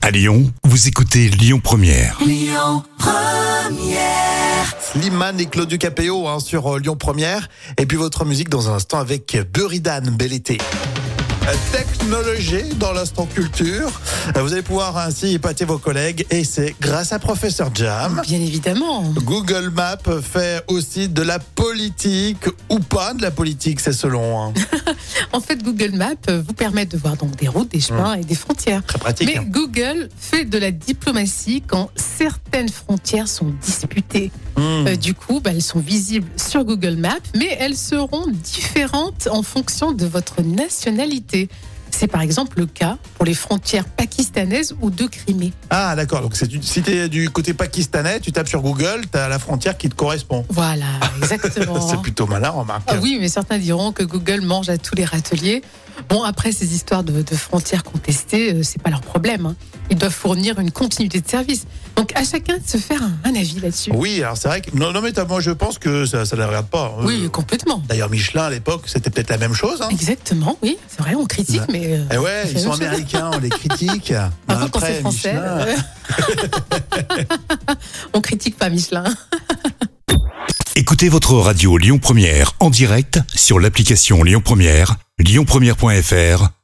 À Lyon, vous écoutez Lyon Première. Slimane et Claudio Capéo hein, sur euh, Lyon Première. Et puis votre musique dans un instant avec Buridan, bel été. Euh, Technologie dans l'instant culture. Euh, Vous allez pouvoir ainsi épater vos collègues et c'est grâce à Professeur Jam. Bien évidemment. Google Maps fait aussi de la politique ou pas de la politique, c'est selon. hein. En fait, Google Maps euh, vous permet de voir donc des routes, des chemins et des frontières. Très pratique. Mais Google fait de la diplomatie quand certaines frontières sont disputées. Hmm. Euh, du coup, bah, elles sont visibles sur Google Maps, mais elles seront différentes en fonction de votre nationalité. C'est par exemple le cas pour les frontières pakistanaises ou de Crimée. Ah d'accord, donc c'est du- si t'es du côté pakistanais, tu tapes sur Google, t'as la frontière qui te correspond. Voilà, exactement. C'est plutôt malin, remarque. Ah oui, mais certains diront que Google mange à tous les râteliers. Bon, après ces histoires de, de frontières contestées, euh, c'est pas leur problème. hein. Ils doivent fournir une continuité de service. Donc à chacun de se faire un, un avis là-dessus. Oui, alors c'est vrai que. Non, non, mais t'as- moi je pense que ça ne la regarde pas. Euh, Oui, complètement. D'ailleurs, Michelin à l'époque, c'était peut-être la même chose. Hein. Exactement, oui, c'est vrai, on critique, Bah, mais euh, Eh ouais, C'est ils sont la même chose. américains, on les critique. Mais par contre, quand après, c'est français, Michelin, euh, on critique pas Michelin. Écoutez votre radio Lyon Première en direct sur l'application Lyon Première, lyonpremière.fr